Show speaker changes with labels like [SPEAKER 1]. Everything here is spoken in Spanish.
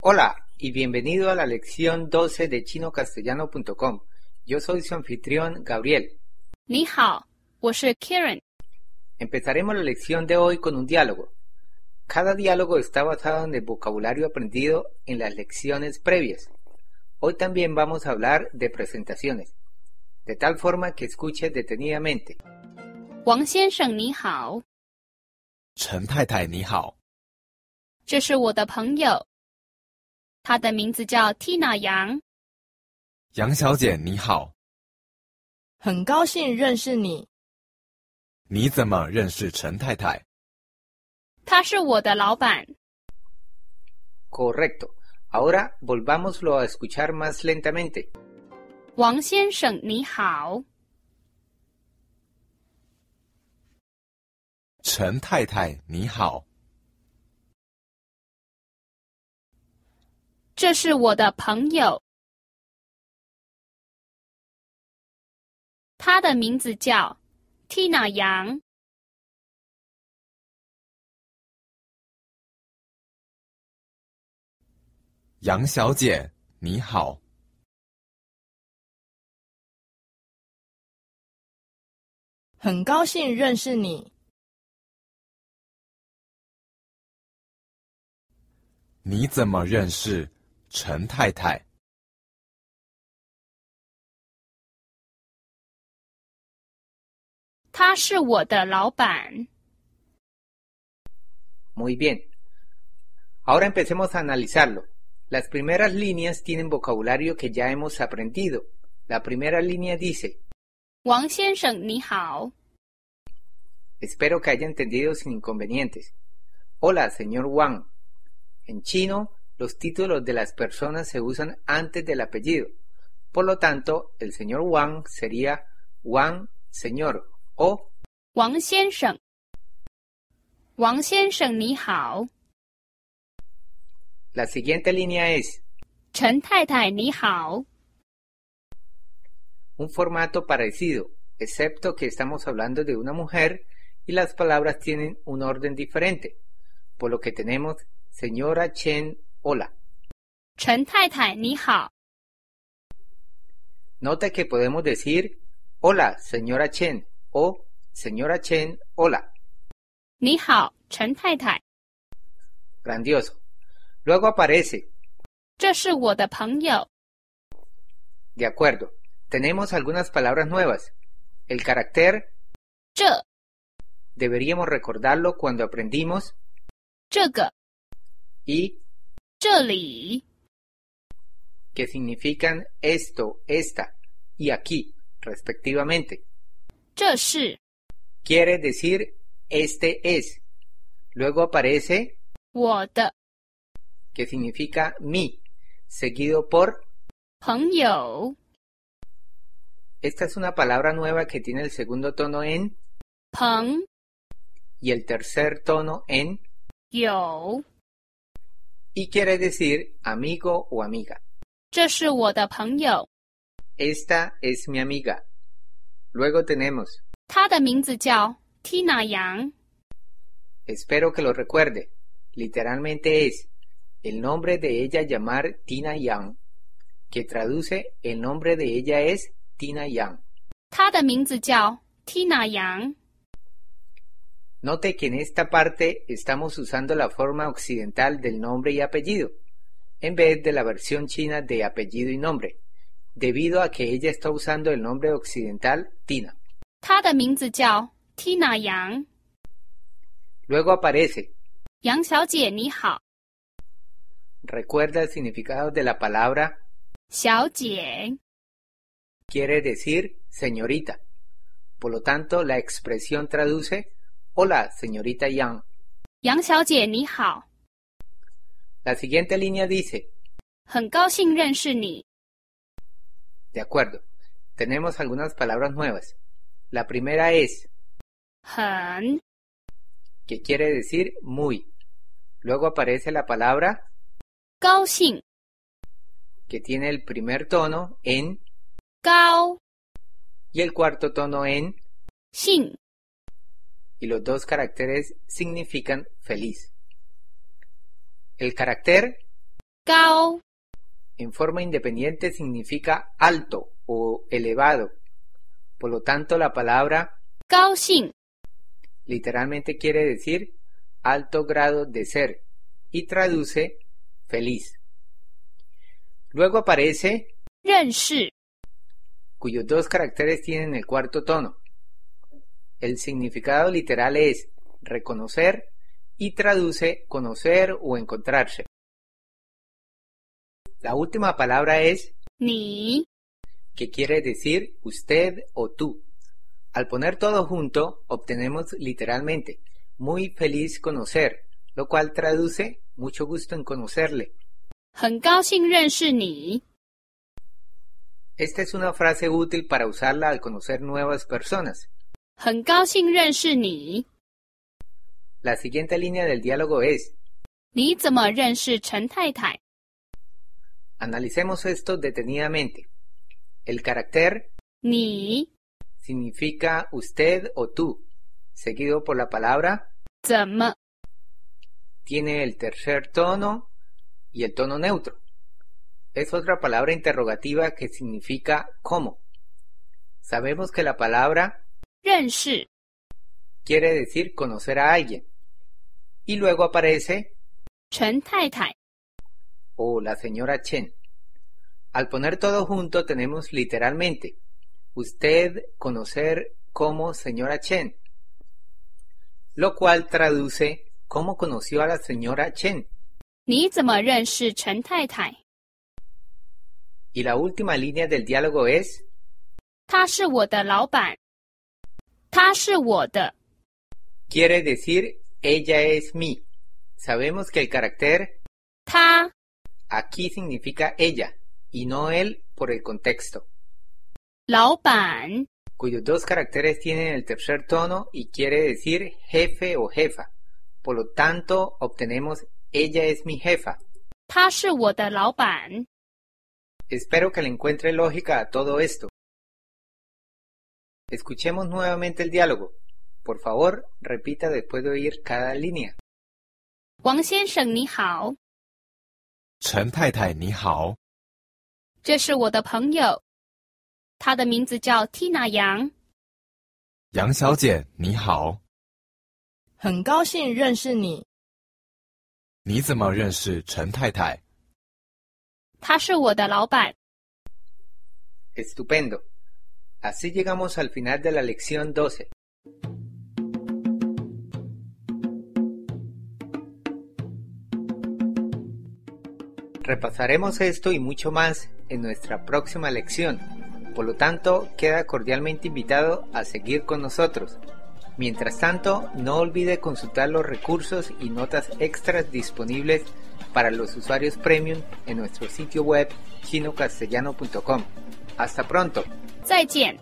[SPEAKER 1] Hola y bienvenido a la lección 12 de chinocastellano.com. Yo soy su anfitrión, Gabriel.
[SPEAKER 2] 你好，我是 Karen。
[SPEAKER 1] Empezaremos la lección de hoy con un diálogo. Cada diálogo está basado en el vocabulario aprendido en las lecciones previas. Hoy también vamos a hablar de presentaciones, de tal forma que escuches detenidamente.
[SPEAKER 2] 王先生你好，
[SPEAKER 3] 陈太太你好，
[SPEAKER 2] 这是我的朋友，他的名字叫 Tina 杨。
[SPEAKER 3] 杨小姐你好，
[SPEAKER 4] 很高兴认识你，
[SPEAKER 3] 你怎么认识陈太太？
[SPEAKER 2] 他是我的老板。
[SPEAKER 1] Correcto. Ahora volvámoslo a escuchar más lentamente.
[SPEAKER 2] 王先生你好，
[SPEAKER 3] 陈太太你好，
[SPEAKER 2] 这是我的朋友，他的名字叫 Tina 杨。
[SPEAKER 3] 杨小姐你好，
[SPEAKER 4] 很高兴认识你，
[SPEAKER 3] 你怎么认识陈太太？
[SPEAKER 2] 他是我的老板。
[SPEAKER 1] Muy bien. Ahora empecemos a analizarlo. Las primeras líneas tienen vocabulario que ya hemos aprendido. La primera línea dice,
[SPEAKER 2] 王先生你好，
[SPEAKER 1] espero que haya entendido sin inconvenientes. Hola, señor Wang. En chino, los títulos de las personas se usan antes del apellido. Por lo tanto, el señor Wang sería Wang, señor, o
[SPEAKER 2] 王先生，王先生你好，
[SPEAKER 1] La siguiente línea es
[SPEAKER 2] 陈太太你好。
[SPEAKER 1] un formato parecido, excepto que estamos hablando de una mujer y las palabras tienen un orden diferente, por lo que tenemos señora Chen, hola.
[SPEAKER 2] 陈太太你好，
[SPEAKER 1] Nota que podemos decir hola, señora Chen o señora Chen, hola.
[SPEAKER 2] 你好，陈太太，
[SPEAKER 1] Grandioso. Luego aparece,
[SPEAKER 2] 这是我的朋友，
[SPEAKER 1] de acuerdo, tenemos algunas palabras nuevas. El carácter
[SPEAKER 2] 这
[SPEAKER 1] deberíamos recordarlo cuando aprendimos
[SPEAKER 2] 这个
[SPEAKER 1] y
[SPEAKER 2] 这里，
[SPEAKER 1] que significan esto, esta y aquí, respectivamente.
[SPEAKER 2] 这是
[SPEAKER 1] Quiere decir este es. Luego aparece
[SPEAKER 2] 我的
[SPEAKER 1] que significa mi, seguido por,
[SPEAKER 2] 朋友，
[SPEAKER 1] esta es una palabra nueva que tiene el segundo tono en
[SPEAKER 2] 朋
[SPEAKER 1] y el tercer tono en
[SPEAKER 2] 友，
[SPEAKER 1] y quiere decir amigo o amiga.
[SPEAKER 2] 这是我的朋友，
[SPEAKER 1] Esta es mi amiga. Luego tenemos,
[SPEAKER 2] 他的名字叫 Tina 杨，
[SPEAKER 1] espero que lo recuerde. Literalmente es el nombre de ella llamar Tina Yang, que traduce el nombre de ella es Tina Yang.
[SPEAKER 2] 他的名字叫 Tina 杨，
[SPEAKER 1] Note que en esta parte estamos usando la forma occidental del nombre y apellido, en vez de la versión china de apellido y nombre, debido a que ella está usando el nombre occidental Tina.
[SPEAKER 2] 他的名字叫 Tina 杨，
[SPEAKER 1] Luego aparece,
[SPEAKER 2] 杨小姐你好，
[SPEAKER 1] recuerda el significado de la palabra,
[SPEAKER 2] 小姐，
[SPEAKER 1] quiere decir señorita. Por lo tanto, la expresión traduce, hola, señorita Yang.
[SPEAKER 2] 杨小姐你好，
[SPEAKER 1] La siguiente línea dice,
[SPEAKER 2] 很高兴认识你，
[SPEAKER 1] de acuerdo, tenemos algunas palabras nuevas. La primera es,
[SPEAKER 2] 很
[SPEAKER 1] que quiere decir muy. Luego aparece la palabra
[SPEAKER 2] 高兴，
[SPEAKER 1] que tiene el primer tono en
[SPEAKER 2] 高
[SPEAKER 1] y el cuarto tono en
[SPEAKER 2] 兴。
[SPEAKER 1] y los dos caracteres significan feliz. El carácter
[SPEAKER 2] 高
[SPEAKER 1] en forma independiente significa alto o elevado. Por lo tanto, la palabra
[SPEAKER 2] 高兴，
[SPEAKER 1] literalmente quiere decir alto grado de ser y traduce feliz. Luego aparece
[SPEAKER 2] 认识，
[SPEAKER 1] cuyos dos caracteres tienen el cuarto tono. El significado literal es reconocer y traduce conocer o encontrarse. La última palabra es
[SPEAKER 2] 你
[SPEAKER 1] que quiere decir usted o tú. Al poner todo junto, obtenemos literalmente muy feliz conocer, lo cual traduce mucho gusto en conocerle.
[SPEAKER 2] 很高兴认识你，
[SPEAKER 1] Esta es una frase útil para usarla al conocer nuevas personas.
[SPEAKER 2] 很高兴认识你。
[SPEAKER 1] La siguiente línea del diálogo es,
[SPEAKER 2] 你怎么认识陈太太？
[SPEAKER 1] analicemos esto detenidamente. El carácter
[SPEAKER 2] 你
[SPEAKER 1] significa usted o tú, seguido por la palabra
[SPEAKER 2] 怎么
[SPEAKER 1] tiene el tercer tono y el tono neutro. Es otra palabra interrogativa que significa cómo. Sabemos que la palabra
[SPEAKER 2] 认识？
[SPEAKER 1] quiere decir conocer a alguien. Y luego aparece
[SPEAKER 2] 陈太太，
[SPEAKER 1] o la señora Chen. Al poner todo junto tenemos literalmente usted conocer como señora Chen, lo cual traduce cómo conoció a la señora Chen.
[SPEAKER 2] 你怎么认识陈太太？
[SPEAKER 1] Y la última línea del diálogo es
[SPEAKER 2] 他是我的老板，他是我的，
[SPEAKER 1] quiere decir ella es mi. Sabemos que el carácter
[SPEAKER 2] 他
[SPEAKER 1] aquí significa ella y no él por el contexto,
[SPEAKER 2] 老板，
[SPEAKER 1] cuyos dos caracteres tienen el tercer tono y quiere decir jefe o jefa. Por lo tanto, obtenemos ella es mi jefa.
[SPEAKER 2] 他是我的老板。
[SPEAKER 1] Espero que le encuentre lógica a todo esto. Escuchemos nuevamente el diálogo. Por favor, repita después de oír cada línea.
[SPEAKER 2] 王先生你好，
[SPEAKER 3] 陈太太你好，
[SPEAKER 2] 这是我的朋友，他的名字叫 Tina 杨，
[SPEAKER 3] 杨小姐你好，
[SPEAKER 4] 很高兴认识你，
[SPEAKER 3] 你怎么认识陈太太？
[SPEAKER 2] 他是我的老板。
[SPEAKER 1] Estupendo. Así llegamos al final de la lección 12. Repasaremos esto y mucho más en nuestra próxima lección. Por lo tanto, queda cordialmente invitado a seguir con nosotros. Mientras tanto, no olvide consultar los recursos y notas extras disponibles para los usuarios premium en nuestro sitio web chinocastellano.com. Hasta pronto.
[SPEAKER 2] 再见。